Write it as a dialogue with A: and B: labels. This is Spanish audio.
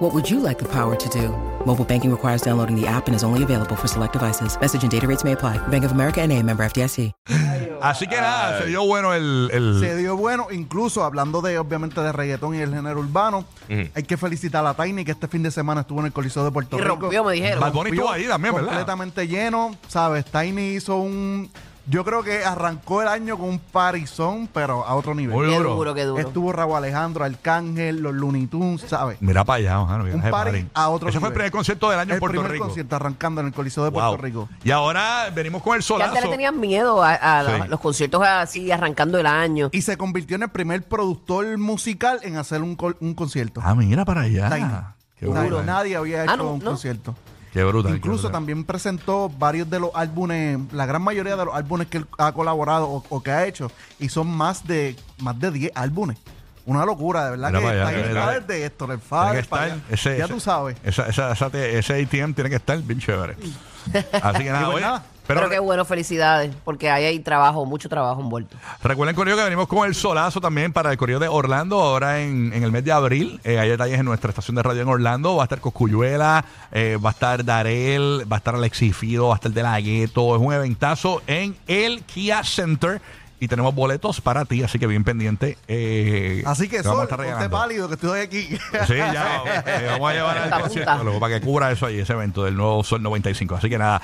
A: What would you like the power to do? Mobile banking requires downloading the app and is only available for select devices. Message and data rates may apply. Bank of America and a member FDIC.
B: Así que nada, se dio bueno el. el-
C: Se dio bueno, incluso hablando de obviamente de reggaetón y el género urbano, hay que felicitar a Tiny que este fin de semana estuvo en el Coliseo de Puerto
D: Y
C: Rico.
D: rompió, me dijeron.
B: Bad Bunny estuvo ahí también, ¿verdad?
C: Completamente lleno, ¿sabes? Tiny hizo un... Yo creo que arrancó el año con un parizón, pero a otro nivel.
B: Muy
D: Qué
B: duro.
D: duro, qué duro.
C: Estuvo Raúl Alejandro, Arcángel, los Looney Tunes, ¿sabes?
B: Mira para allá, Ojano, mira
C: Un
B: ese
C: party
B: party.
C: a otro
B: Ese fue el
C: nivel.
B: primer concierto del año en
C: el
B: Puerto
C: primer
B: Rico.
C: concierto arrancando en el Coliseo de
B: Wow.
C: Puerto Rico.
B: Y ahora venimos con el
D: Que antes le
B: solazo.
D: tenían miedo a, a la-
B: Sí.
D: los conciertos así, arrancando el año.
C: Y se convirtió en el primer productor musical en hacer un, col- un concierto.
B: Ah, mira para
C: Tiny.
B: allá. Ah, Qué
C: Nadie-
B: brutal.
C: Nadie había hecho
D: Ah, no,
C: un
D: no.
C: concierto.
B: Qué brutal. qué
C: Incluso
B: brutal.
C: también presentó varios de los álbumes, la gran mayoría de los álbumes que él ha colaborado o, o que ha hecho, y son más de más de 10 álbumes. Una locura, de verdad
B: Mira
C: que
B: para allá,
C: está ahí
B: mira, mira.
C: el de Héctor, el
B: Tiene que
C: Fader,
B: estar
C: para allá.
B: ese-
C: ya
B: ese-
C: tú sabes.
B: Esa, esa- esa- ese ATM tiene que estar bien chévere. Así que nada,
C: pues
B: oye,
C: nada.
B: pero
D: Pero, qué bueno, felicidades, porque ahí hay trabajo, mucho trabajo envuelto.
B: recuerden, Corillo, que venimos con el solazo también para el Correo de Orlando ahora en, en el mes de abril. Eh, hay detalles en nuestra estación de radio en Orlando. Va a estar Coscuyuela, eh, va a estar Darel, va a estar Alexis Fido, va a estar De La Gueto. Es un eventazo en el Kia Center. Y tenemos boletos para ti, así que bien pendiente. eh,
C: Así
B: te
C: que
B: vamos a
C: Sol,
B: estar
C: ponte
B: regalando.
C: pálido que estoy aquí.
B: Sí, ya. eh, vamos a llevar al
D: Punta, punta.
B: concierto para que cubra eso ahí, ese evento del nuevo Sol 95. Así que nada.